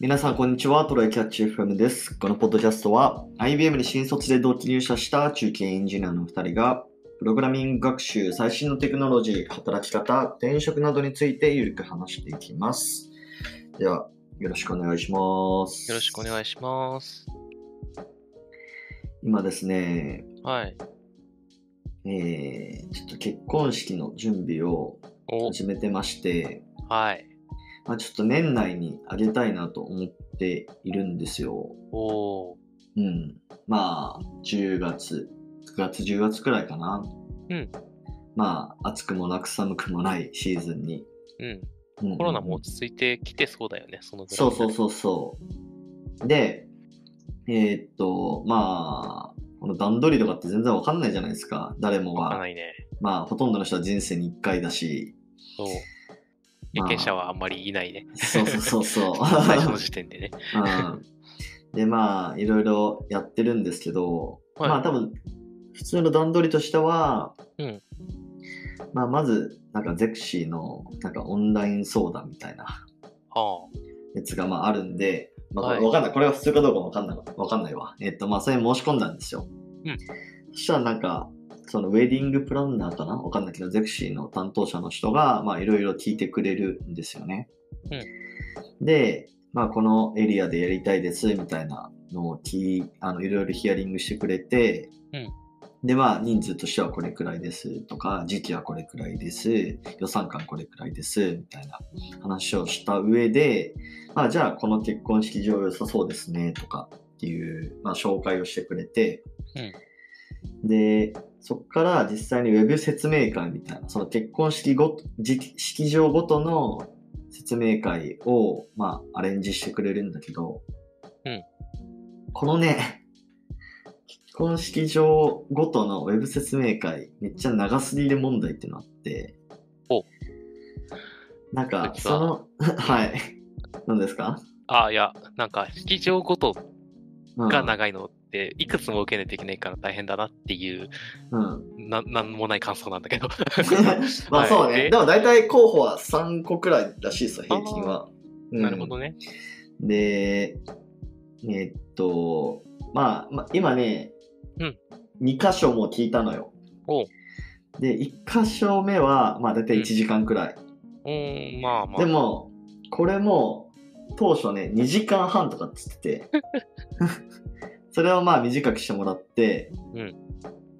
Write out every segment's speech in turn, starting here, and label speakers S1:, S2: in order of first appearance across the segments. S1: 皆さん、こんにちは。トライキャッチ FM です。このポッドキャストは、IBM に新卒で同期入社した中堅エンジニアの2人が、プログラミング学習、最新のテクノロジー、働き方、転職などについてゆるく話していきます。では、よろしくお願いします。
S2: よろしくお
S1: い
S2: 願いします。
S1: 今ですね、
S2: はい。
S1: えー、ちょっと結婚式の準備を
S2: お、
S1: 始めてまして、
S2: はい。
S1: まあ、ちょっと年内にあげたいなと思っているんですよ。
S2: おー
S1: うん。まあ、10月、9月、10月くらいかな。
S2: うん。
S1: まあ、暑くもなく寒くもないシーズンに。
S2: うん。
S1: うん
S2: コロナも落ち着いてきてそうだよね、そのぐらい。
S1: そうそうそうそう。で、えーっと、まあ、この段取りとかって全然わかんないじゃないですか。誰も
S2: わか
S1: が
S2: んな。いね。
S1: まあ、ほとんどの人は人生に1回だ し。
S2: そう。経
S1: まあ
S2: 験者はあんまりいないね。
S1: そうそうそうそう。
S2: 最初の時点でね。
S1: うんでまあいろいろやってるんですけど、
S2: はい
S1: まあ多分普通の段取りとしては、
S2: うん
S1: まあ、まずなんかゼクシーのなんかオンライン相談みたいな
S2: は
S1: やつがまああるんで、まあ、これ
S2: はい
S1: わかんないこれは普通かどうかわかんないわかんないわえっ、とまあそれに申し込んだんですよ、
S2: うん
S1: そしたらなんかそのウェディングプランナーかなわかんないけどゼクシーの担当者の人がまあいろいろ聞いてくれるんですよね、で、まあ、このエリアでやりたいですみたいなのを聞いあのいろいろヒアリングしてくれて、
S2: うん
S1: でまあ人数としてはこれくらいですとか時期はこれくらいです予算感これくらいですみたいな話をした上で、まあ、じゃあこの結婚式場良さそうですねとかっていう、まあ、紹介をしてくれて、でそこから実際にウェブ説明会みたいなその結婚式ごとじ式場ごとの説明会を、まあ、アレンジしてくれるんだけど、
S2: うん
S1: このね、結婚式場ごとのウェブ説明会、めっちゃ長すぎる問題っていうのあって、
S2: お
S1: なんか、
S2: それ
S1: その、 はい、何ですか、
S2: あ。あ、いや、なんか、式場ごと
S1: うん、
S2: が長いのって、いくつも受けないといけないから大変だなっていう、
S1: うん。
S2: ななんもない感想なんだ けど。
S1: まあそうね、
S2: はいで
S1: でも大体候補は3個くらいらしいですよ、平均は。うん
S2: なるほどね。
S1: で、えっと、まあ、まあ、今ね、
S2: うん
S1: 二2箇所も聞いたのよ。
S2: おう
S1: で、1箇所目は、まあ、だいたい1時間くらい。
S2: うーん、まあまあ。
S1: でも、これも、当初ね、2時間半とかっつって て、それをまあ短くしてもらって、
S2: うん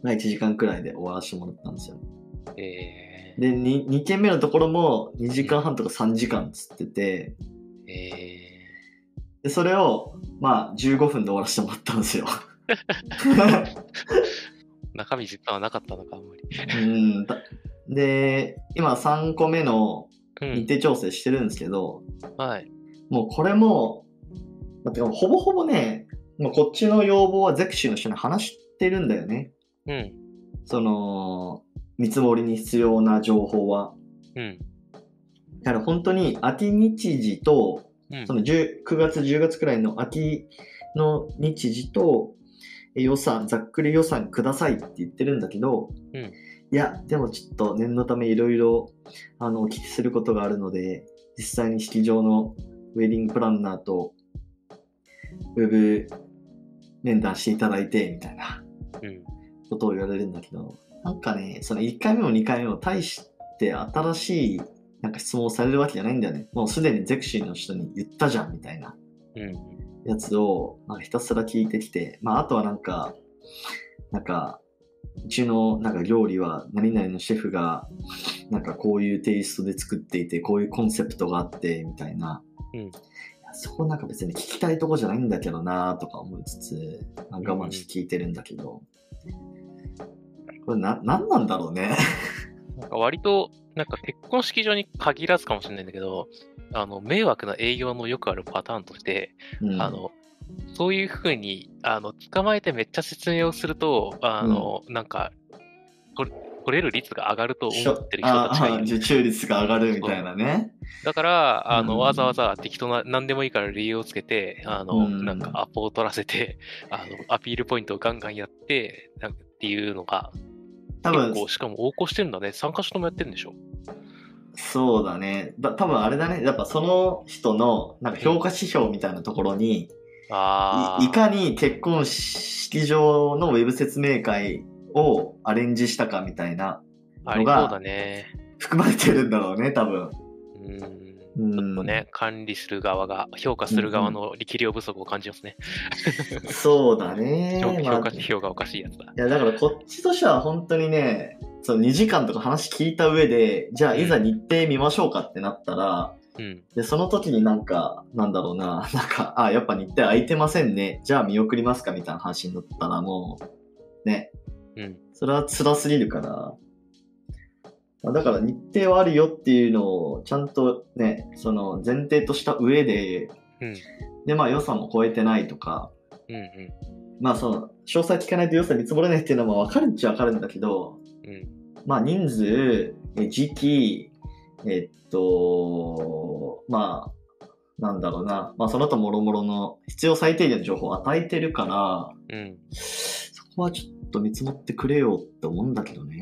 S1: まあ1時間くらいで終わらせてもらったんですよ。
S2: え
S1: で、2, 2件目のところも2時間半とか3時間っつってて、
S2: ー、え
S1: で、それを、まあ、15分で終わらせてもらったんですよ。
S2: ー、中身実感はなかったのか、あんまり。
S1: うんだで、今3個目の
S2: う
S1: 日
S2: ん。
S1: 程調整してるんですけど、
S2: はい。
S1: もうこれも、だってほぼほぼね、もうこっちの要望はゼクシーの人に話してるんだよね。
S2: うん。
S1: その、見積もりに必要な情報は。
S2: うん。
S1: だから本当に秋日時と、
S2: うん
S1: そ。の10 9月、10月くらいの秋の日時と、え予算、ざっくり予算くださいって言ってるんだけど、
S2: うん
S1: いや、でもちょっと念のためいろいろあのお聞きすることがあるので、実際に式場のウェディングプランナーとウェブ面談していただいてみたいな
S2: うん。
S1: ことを言われるんだけど、なんかね、その1回目も2回目も大して新しいなんか質問をされるわけじゃないんだよね。もうすでにゼクシーの人に言ったじゃんみたいな。
S2: うん。
S1: やつをなんかひたすら聞いてきて、まあ、あとはなんか、なんか、うちのなんか料理は何々のシェフがなんかこういうテイストで作っていて、こういうコンセプトがあって、みたいな。
S2: うん
S1: いやそこなんか別に聞きたいとこじゃないんだけどなとか思いつつ、まあ我慢して聞いてるんだけど、これな、なんなんだろうね。
S2: なんか割と、なんか結婚式場に限らずかもしれないんだけど、あの、迷惑な営業のよくあるパターンとして、
S1: うん
S2: あ、の、そういうふうに、あの、捕まえてめっちゃ説明をすると、あの、なんか、取取れる率が上がると思
S1: しょ
S2: ってる人たち
S1: あ
S2: が
S1: あ
S2: いる。
S1: 受注率が上がるみたいなね。
S2: だから、あ
S1: う
S2: の、
S1: ん
S2: わざわざ適当な、何でもいいから理由をつけて、あの、
S1: うん
S2: なんかアポを取らせて、あの、アピールポイントをガンガンやって、なんかっていうのが、
S1: 多
S2: 結
S1: 分
S2: 構、しかも横行してるんだね。3カ所ともやってるんでしょ
S1: そうだね。だ多分あれだね。やっぱその人のなんか評価指標みたいなところに、
S2: ああ。
S1: いいかに結婚式場のウェブ説明会をアレンジしたかみたいな
S2: ありそうだね。
S1: 含まれてるんだろうね多分
S2: うん。
S1: うん
S2: ちょっとね、管理する側が、評価する側の力量不足を感じますね。
S1: そうだね、
S2: 評
S1: まあ
S2: 評価
S1: い
S2: 指標がおかしいやつだ。
S1: やだからこっちとしては本当にねその2時間とか話聞いた上でじゃあいざ日程見ましょうかってなったら、
S2: うん。
S1: でその時になんかなんだろうな なんかあやっぱ日程空いてませんねじゃあ見送りますかみたいな話になったらもうね
S2: うん。
S1: それは辛すぎるから。まあだから日程はあるよっていうのをちゃんとね、その前提とした上で、
S2: うん。
S1: でまあ予算も超えてないとか、
S2: うん。う
S1: まあその詳細聞かないと予算見積もれないっていうのもわかるっちゃわかるんだけど、
S2: ん。うん。
S1: まあ人数、え時期、えっと、まあなんだろうな、まあその他もろもろの必要最低限の情報を与えてるから、
S2: うん。
S1: そこはちょっと見積もってくれよって思うんだけどね。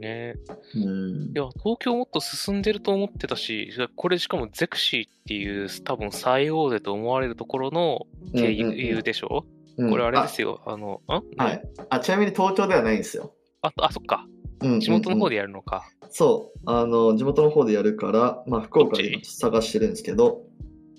S2: ね
S1: うん
S2: いや、東京もっと進んでると思ってたし、これしかもゼクシーっていう多分最大手と思われるところの経由でしょ、これあれですよ、あの、ん
S1: あはい。あ、ちなみに東京ではないんですよ。
S2: ああ、そっか。
S1: うんうんうん
S2: 地元の方でやるのか。
S1: そう。あの、地元の方でやるから、まあ、福岡で
S2: どっ
S1: 今探してるんですけど、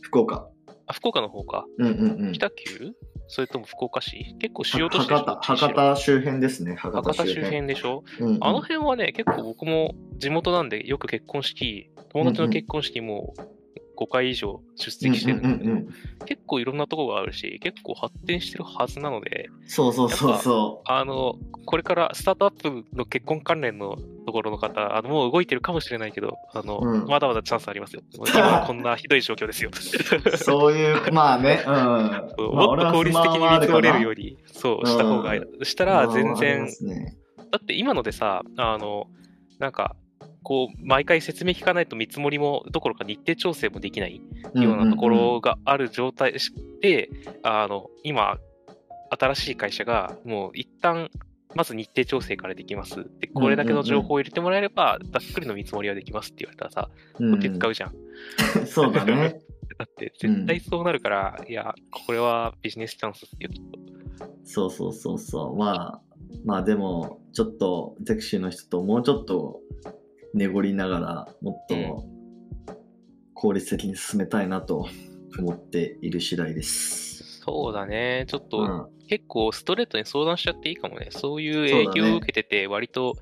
S1: 福岡。
S2: あ、福岡の方か。
S1: うんうんうん。
S2: 北九それとも福岡市結構主要
S1: は
S2: 都市
S1: 博
S2: でし
S1: 多、
S2: ょどっちにし
S1: 博
S2: ろ
S1: 多周辺ですね。博多
S2: 博多
S1: 周
S2: 周
S1: 辺。
S2: 辺でしょ
S1: うんうん
S2: あの辺はね、結構僕も地元なんでよく結婚式、友達の結婚式も5回以上出席してるんだけ
S1: うんうん
S2: ど
S1: う、ん
S2: 結構いろんなとこがあるし、結構発展してるはずなので、
S1: うんそうそうそうそ
S2: あの、これからスタートアップの結婚関連のところの方、あのもう動いてるかもしれないけど、あの、
S1: うん
S2: まだまだチャンスありますよ。今はこんなひどい状況 ですよ。
S1: う。そういう、まあね、うん。
S2: そう
S1: まあ
S2: もっと効率的に見積もれるよう
S1: う
S2: に、そう、した方が、
S1: う
S2: したら全然、
S1: ね、
S2: だって今のでさ、あの、なんか、こう、毎回説明聞かないと見積もりもどころか日程調整もできないようなところがある状態で、あの、今、新しい会社が、もう一旦、まず日程調整からできます。で、これだけの情報を入れてもらえれば、ざっくりの見積もりはできますって言われたらさ、
S1: うん
S2: こ
S1: う
S2: っ
S1: ん
S2: ち使うじゃん。
S1: うんそうだね。
S2: だって、絶対そうなるから、いや、これはビジネスチャンスってよ、きっと。
S1: そうそうそうそう。まあ、まあでも、ちょっと、ゼクシーの人ともうちょっと、ねごりながら、もっと、効率的に進めたいなと思っている次第です。
S2: そうだね。ちょっと、
S1: うん、
S2: 結構ストレートに相談しちゃっていいかもね。そういう
S1: そう
S2: 影
S1: だね
S2: 響を受けてて、割と、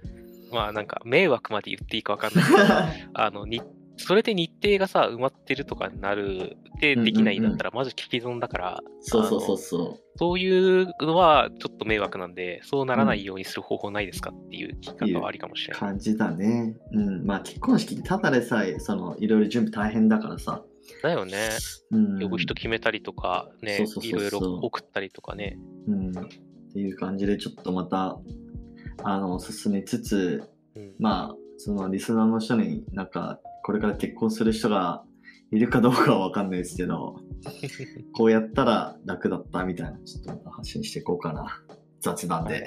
S2: まあなんか迷惑まで言っていいか分かんないけど、 あの、にそれで日程がさ、埋まってるとかになる、で、
S1: うんうんうん
S2: できないんだったら、まず聞き損だから、
S1: そうそうそうそ
S2: そういうのはちょっと迷惑なんで、そうならないようにする方法ないですかっていう聞き方はありかもし
S1: う。
S2: れない。
S1: 感じだね。うん。まあ結婚式ってただでさえ、その、いろいろ準備大変だからさ。
S2: だよね。
S1: うん。
S2: 呼ぶ人決めたりとか、
S1: そ
S2: ね
S1: うそ、うそう
S2: い
S1: そう
S2: ろいろ送ったりとかね。
S1: うん。っていう感じで、ちょっとまた、あの、進めつつ、
S2: うん
S1: まあ、そのリスナーの人になんか、これから結婚する人がいるかどうかはわかんないですけ ど、こうやったら楽だったみたいな、ちょっとまた発信していこうかな。雑談で。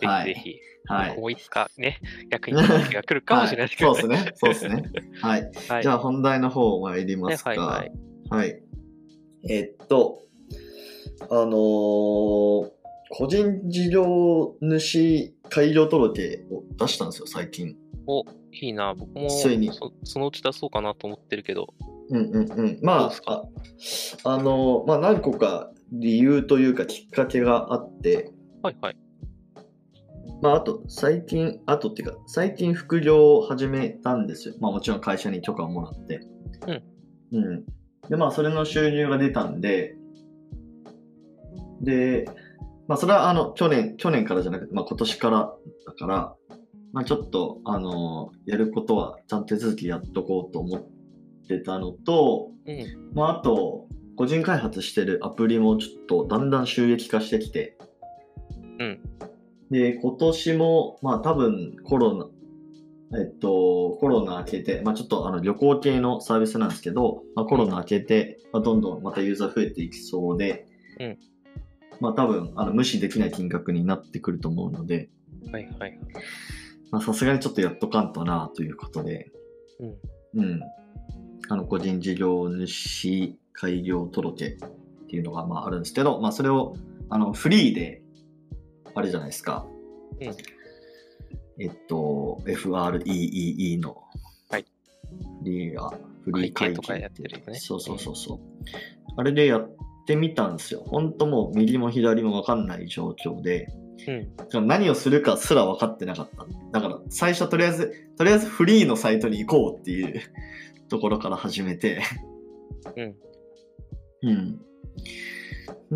S2: ぜ
S1: は
S2: ひ
S1: い
S2: ぜひ、
S1: はい。
S2: もういつか ね、役に立つ時が来るかもしれないけど、
S1: はいそうですね。そうですね。はい。
S2: はい
S1: じゃあ本題の方参りますか。
S2: はいはい
S1: はい。えっと、あのー個人事業主開業届を出したんですよ、最近。
S2: お、いいな、僕も
S1: ついに
S2: そそのうち出そうかなと思ってるけど、
S1: うんうんうん。
S2: どう
S1: ま
S2: です
S1: あ
S2: か、
S1: ああの、まあ何個か理由というかきっかけがあって、
S2: はいはい。
S1: まああと最近、あとっていうか、最近副業を始めたんですよ。まあもちろん会社に許可をもらって。うん。で、まあそれの収入が出たんで、で、まあそれはあの、去年、去年からじゃなくて、まあ今年からだから、まあちょっと、あのやることはちゃんと手続きやっとこうと思ってたのと、
S2: うん。
S1: まあ、あと、個人開発してるアプリもちょっとだんだん収益化してきて。
S2: うん。
S1: で、今年も、まあ多分コロナ、えっと、コロナ明けて、まあちょっとあの旅行系のサービスなんですけど、まあ、コロナ明けて、まあ、どんどんまたユーザー増えていきそうで、
S2: うん。
S1: まあ多分あの無視できない金額になってくると思うので、
S2: はいはい。
S1: まあさすがにちょっとやっとかんとなということで、
S2: うん
S1: うん。あの、個人事業主開業届っていうのが、まあ、あるんですけど、まあ、それを、あの、フリーで、あれじゃないですか。
S2: うん
S1: えっと、FREEE の、
S2: はい。
S1: フリーが、フリー会計
S2: 会計とかやってるよね
S1: そうそうそうそう。あれでやってみたんですよ。ほんともう、右も左もわかんない状況で、
S2: うん。
S1: 何をするかすら分かってなかった。だから最初とりあえず、とりあえずフリーのサイトに行こうっていうところから始めて。うん。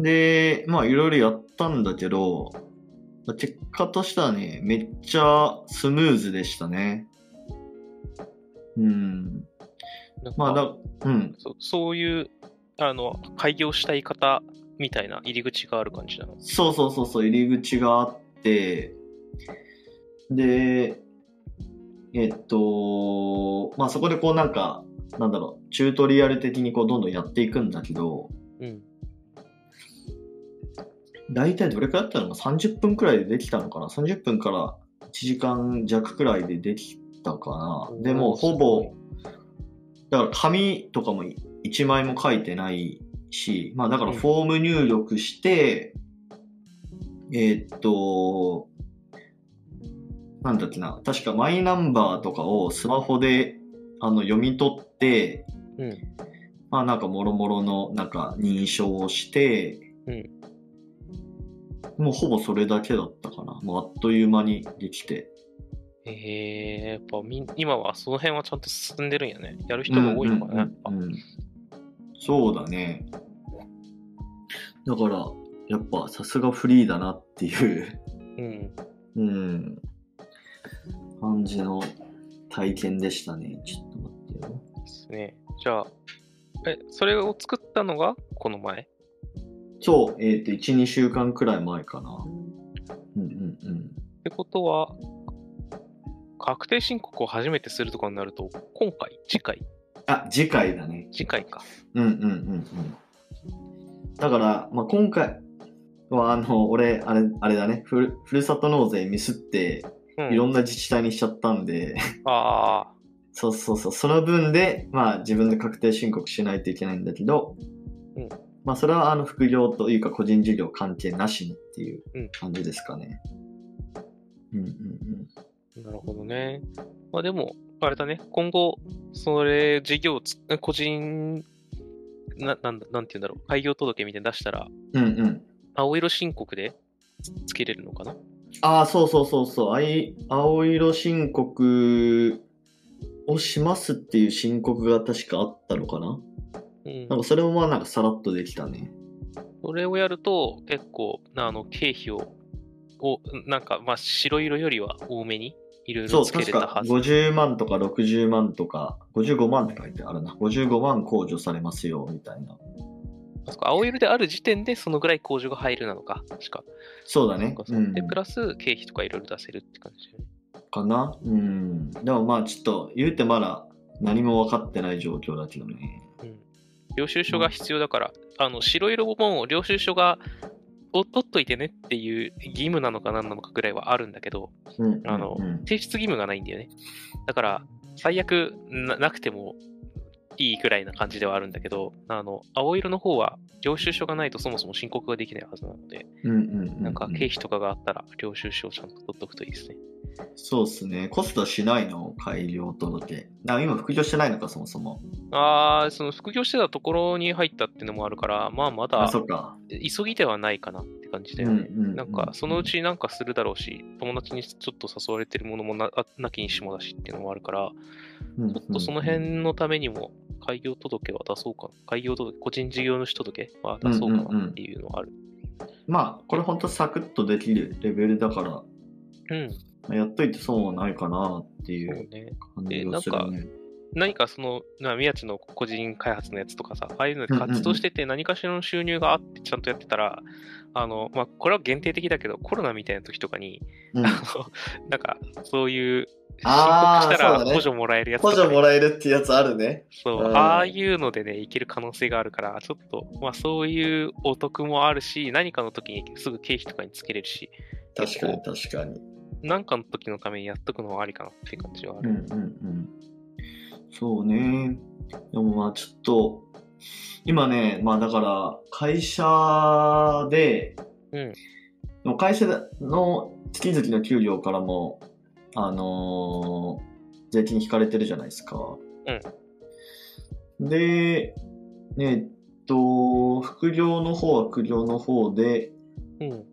S1: で、まあいろいろやったんだけど、結果としてはね、めっちゃスムーズでしたね。うん。
S2: なんか
S1: まあだ、うん。
S2: そそういう、あの、開業したい方みたいな入り口がある感じなの。
S1: そうそうそうそう、入り口があって、で、えっと、まあそこでこうなんか、なんだろう、チュートリアル的にこうどんどんやっていくんだけど、
S2: うん。
S1: 大体どれくらいだったのか30分くらいでできたのかな ?30 分から1時間弱くらいでできたかなでもうほぼ、だから紙とかも1枚も書いてないし、まあだからフォーム入力して、えーっと、なんだっけな、確かマイナンバーとかをスマホであの読み取って、
S2: うん。
S1: まあなんかもろもろのなんか認証をして、
S2: うん
S1: もうほぼそれだけだったかな。もうあっという間にできて。
S2: えー、やっぱみん今はその辺はちゃんと進んでるんやね。やる人が多いのかな。
S1: うんうんうんうんそうだね。だから、やっぱさすがフリーだなっていう、
S2: うん。
S1: うん、感じの体験でしたね。ちょっと待ってよ。
S2: ですね。じゃあ、え、それを作ったのがこの前。
S1: そう、えっ、と、1、2週間くらい前かな。うんうんうん。
S2: ってことは、確定申告を初めてするとかになると、今回、次回、
S1: あ、次回だね。
S2: 次回か。
S1: うんうんうんうん。だから、まあ、今回は、あの、俺、あれ、あれだね。ふるふるさと納税ミスって、
S2: うん、
S1: いろんな自治体にしちゃったんで、
S2: ああ、
S1: そうそうそう。その分で、まあ自分で確定申告しないといけないんだけど、
S2: うん
S1: まあそれはあの副業というか個人事業関係なしにっていう
S2: うん
S1: 感じですかね。うんうんうん。
S2: なるほどね。まあでも、あれだね、今後、それ、事業をつ、個人、な、なんだ、なんて言うんだろう、開業届みたいに出したら、
S1: うんうん。
S2: 青色申告でつつけれるのかな
S1: ああ、そうそうそうそう。あい青色申告をしますっていう申告が確かあったのかな
S2: うん
S1: なん。かそれもまあなんかさらっとできたね。
S2: それをやると、結構、あの、経費を、をなんか、まあ、白色よりは多めに、いろい
S1: そ
S2: ろ
S1: う、
S2: つけ
S1: 確
S2: れた
S1: か
S2: はず。
S1: 50万とか60万とか、55万って書いてあるな。55万控除されますよ、みたいな。
S2: そっか青色である時点でそのぐらい控除が入るなのか、しか。
S1: そうだね
S2: そっか。そっ
S1: う
S2: か
S1: ん、
S2: で、プラス経費とかいろいろ出せるって感じだよね。
S1: かな。うん。でもまあちょっと言うてまだ何も分かってない状況だけどね。
S2: うん。領収書が必要だから、あの、白色本を領収書が、を取っといてねっていう義務なのか何なのかぐらいはあるんだけど、
S1: うん。
S2: あの
S1: うん
S2: 提出義務がないんだよね。だから、最悪ななくてもいいぐらいな感じではあるんだけど、あの、青色の方は領収書がないとそもそも申告ができないはずなので、
S1: うんうんう
S2: なんか経費とかがあったら領収書をちゃんと取っとくといいですね。
S1: そうですね。コストしないの改良届。あ、今、副業してないのか、そもそも。
S2: ああ、その副業してたところに入ったっていうのもあるから、まあま
S1: あ、
S2: だ
S1: そっか。
S2: 急ぎではないかなって感じだよね。なんかそのうちなんかするだろうし、友達にちょっと誘われてるものもなあなきにしもだしっていうのもあるから、ちょっとその
S1: 出
S2: 辺のためにも開業届は出そうかな。開業届、個人事業主届は出そうかなっていうのはある。
S1: まあ、これほんとサクッとできるレベルだから、ま
S2: うん、
S1: あやっといて損はないかなってい
S2: そう
S1: う
S2: ね。
S1: 感じがするね。
S2: 何かその、な宮地の個人開発のやつとかさ、ああいうので活動してて何かしらの収入があってちゃんとやってたら、あの、まあ、これは限定的だけど、コロナみたいな時とかに、
S1: うん
S2: あのなんか、そういう、申
S1: あー
S2: 告した
S1: そう
S2: ら
S1: だね
S2: 補助もらえるやつと
S1: 補
S2: かね、
S1: 助もらえるってやつあるね。
S2: そうう、
S1: ん
S2: ああいうのでね、いける可能性があるから、ちょっと、まあ、そういうお得もあるし、何かの時にすぐ経費とかにつけれるし、
S1: 確かに、確かに。
S2: 何かの時のためにやっとくのはありかなっていう感じはあ
S1: う
S2: る。
S1: んうんうん。そうね。でもまあちょっと、今ね、まあだから、会社で、
S2: うん
S1: でも会社の月々の給料からも、あのー税金引かれてるじゃないですか。で、ねえっと、副業の方は副業の方で、
S2: うん。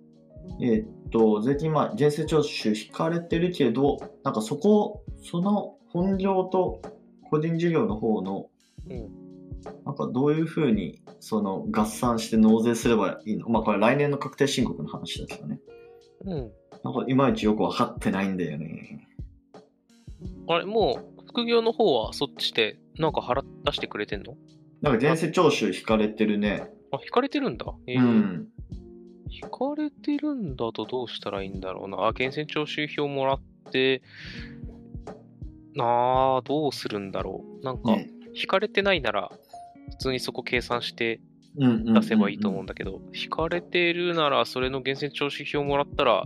S1: えっと、税金、まあ、税制徴収引かれてるけど、なんかそこ、その本業と個人事業の方の、
S2: うん
S1: なんかどういうふうに、その合算して納税すればいいのまあ、これ来年の確定申告の話だけどね。
S2: うん。
S1: なんかいまいちよくわかってないんだよね。
S2: あれ、もう、副業の方はそっちで、なんか払っ出してくれてんの
S1: なんか税制徴収引かれてるね。
S2: あ、引かれてるんだ。えー
S1: うん。
S2: 引かれてるんだとどうしたらいいんだろうな。あ、源泉徴収票もらって、なあ、どうするんだろう。なんか、
S1: ね
S2: 引かれてないなら、普通にそこ計算して
S1: うんうんうんうん
S2: 出せばいいと思うんだけど、引かれてるなら、それの源泉徴収票もらったら、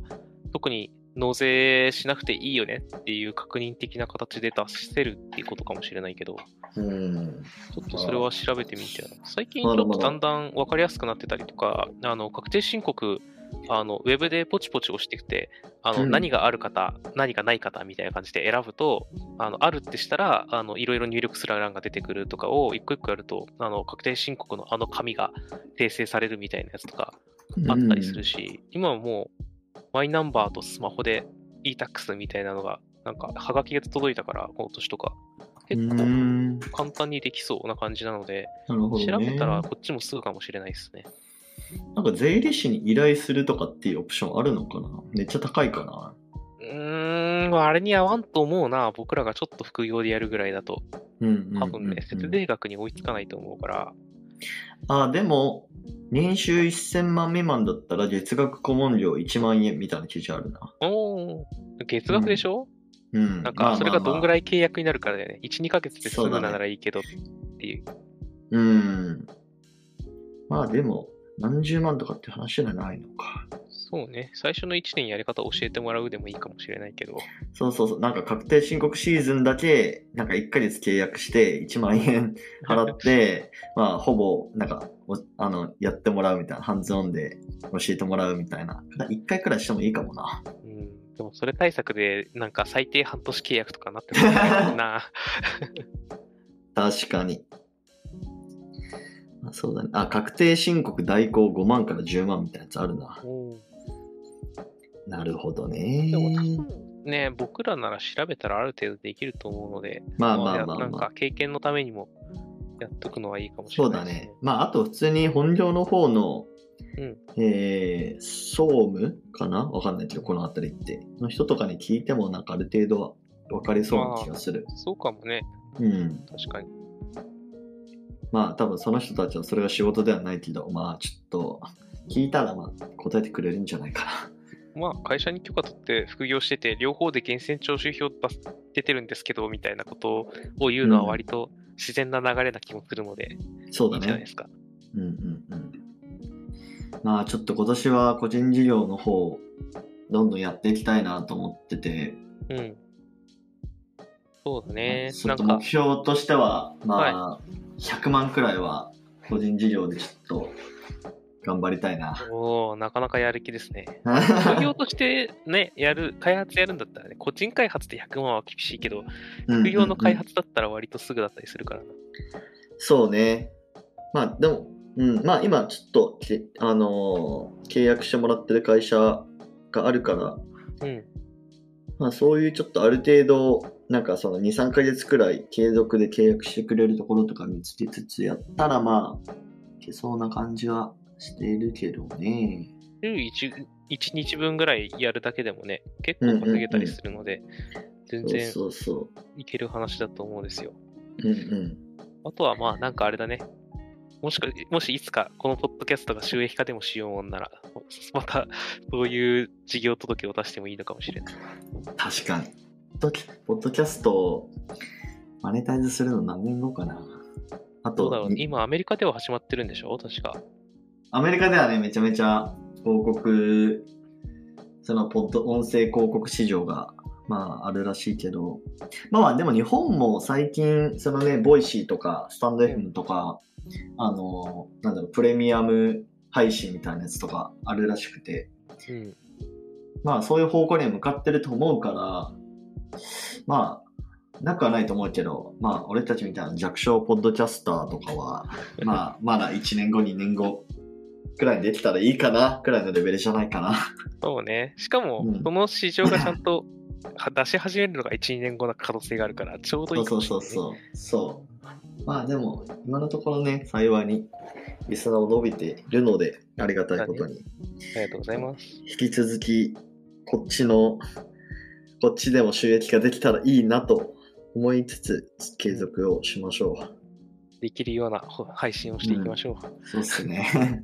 S2: 特に納税しなくていいよねっていう確認的な形で出せるっていうことかもしれないけど、
S1: うん。
S2: ちょっとそれは調べてみてな。最近ち
S1: まだ
S2: ょっ
S1: まだ
S2: とだんだん分かりやすくなってたりとか、あの確定申告あの、ウェブでポチポチ押してきて、あの
S1: うん
S2: 何がある方、何がない方みたいな感じで選ぶと、あのあるってしたらあの、いろいろ入力する欄が出てくるとかを一個一個やると、あの確定申告のあの紙が訂正されるみたいなやつとかあったりするし、今はもうマイナンバーとスマホで e-tax みたいなのが、なんかはがきが届いたから、今年とか。
S1: う
S2: 結
S1: ん。う
S2: 構
S1: ん
S2: 簡単にできそうな感じなので、
S1: なるほど、ね。
S2: 調べたらこっちもすぐかもしれないですね。
S1: なんか税理士に依頼するとかっていうオプションあるのかなめっちゃ高いかな
S2: うーん、あれに合わんと思うな、僕らがちょっと副業でやるぐらいだと、
S1: うんうんうんうん
S2: 多分ね、節税額に追いつかないと思うから、
S1: あでも年収1000万未満だったら月額顧問料1万円みたいな記事あるな
S2: おお、月額でしょ、
S1: うん
S2: なんか、それがどんぐ
S1: らい、
S2: らい契約になるからだよね。1、2ヶ月で済むならいいけどっていう。
S1: まあまあうんまあでも何十万とかって話じゃないのか
S2: そうね、最初の1年やり方教えてもらうでもいいかもしれないけど、
S1: そうそうそうなんか確定申告シーズンだけなんか1ヶ月契約して1万円払 ってまあほぼなんかおあのやってもらうみたいなハンズオンで教えてもらうみたいな1回くらいしてもいいかもな
S2: うん、でもそれ対策で、なんか最低半年契約とかなってたらいい な。
S1: 確かに。あそうだね。あ、確定申告代行5万から10万みたいなやつあるな。
S2: おー
S1: なるほどね
S2: で。も多分ね、僕らなら調べたらある程度できると思うので、
S1: まあまあま
S2: な
S1: あ
S2: ん
S1: まあ
S2: か。経験のためにもやっとくのはいいかもし
S1: そ
S2: れ
S1: う
S2: な
S1: だ
S2: いです
S1: ね。まあ、あと普通に本業の方の、
S2: うん
S1: えー総務かなわかんないけど、この辺りって。の人とかに聞いても、なんかある程度は分かりそうな気がする。
S2: そうかもね、
S1: うん。
S2: 確かに。
S1: まあ多分その人たちはそれが仕事ではないけど、まあちょっと、聞いたらまあ答えてくれるんじゃないかな。
S2: まあ、会社に許可取って副業してて、両方で源泉徴収票出す出てるんですけど、みたいなことを言うのは割と自然な流れな気もするので、
S1: そう
S2: い
S1: だ
S2: いじゃない
S1: ね
S2: で。すか。
S1: うんうんうん。まあちょっと今年は個人事業の方、どんどんやっていきたいなと思ってて、
S2: うん。そうだね。
S1: ちょ
S2: な
S1: っ
S2: ん
S1: と
S2: か
S1: 目、標としては、まあ、100万くらいは個人事業でちょっと頑張りたいな。
S2: おおなかなかやる気ですね。副業としてね、やる、開発やるんだったらね、個人開発で100万は厳しいけど、副業の 開
S1: うんうんうん
S2: 発だったら割とすぐだったりするからな。
S1: そうね。まあでも、うん、まあ今ちょっとけ、あのー契約してもらってる会社があるから、
S2: うん。
S1: まあ、そういうちょっとある程度、なんかその2、3ヶ月くらい継続で契約してくれるところとか見つけつつやったら、まあ、いけそうな感じはしているけどね。
S2: 週 1, 1日分ぐらいやるだけでもね、結構稼げたりするので、全
S1: そう
S2: 然
S1: そうそ
S2: いける話だと思うんですよ。
S1: う。うんうん。
S2: あとはまあ、なんかあれだね。もしか、もしいつかこのポッドキャストが収益化でもしようもんなら、またそういう事業届を出してもいいのかもしれない。
S1: 確かに。ポッドキポッドキャストをマネタイズするの何年後かな。あ
S2: どうだろ
S1: と
S2: う、、今アメリカでは始まってるんでしょ確か。
S1: アメリカではね、めちゃめちゃ広告、そのポッド音声広告市場がまあ、あるらしいけど、まあまあ、でも日本も最近、そのね、ボイシーとか、スタンド FM とか、あの、なんだろう、プレミアム配信みたいなやつとかあるらしくて、
S2: うん、
S1: まあ、そういう方向には向かってると思うから、まあ、なくはないと思うけど、まあ、俺たちみたいな弱小ポッドキャスターとか は、まあ、まだ1年後、2年後くらいにできたらいいかな、くらいのレベルじゃないかな。
S2: そうね。しかも、
S1: うん
S2: その市場がちゃんとは出し始めるのが1、2年後の可能性があるから、ちょうどいいか
S1: そ
S2: も
S1: う
S2: し
S1: そ
S2: れ
S1: う
S2: ないね、
S1: そうそうそうまあでも今のところね幸いにリスナーを伸びているのでありがたいことに
S2: ありがとうございます。
S1: 引き続きこっちのこっちでも収益ができたらいいなと思いつつ継続をしましょ
S2: できるようなほ配信をしていきましょう。
S1: うそうっすね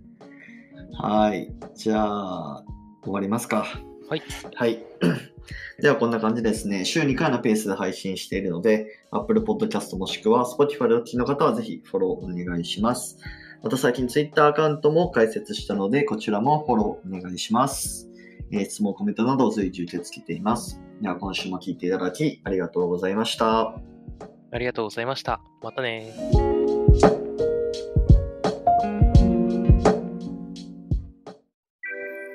S1: はいじゃあ終わりますか
S2: はい
S1: はい。 ではこんな感じですね。週2回のペースで配信しているので、Apple Podcast もしくは Spotify でお聞きの方はぜひフォローお願いします。また最近 Twitter アカウントも開設したので、こちらもフォローお願いします。えー質問、コメントなどを随時受け付けています。では今週も聞いていただきありがとうございました。
S2: ありがとうございました。またね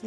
S1: 気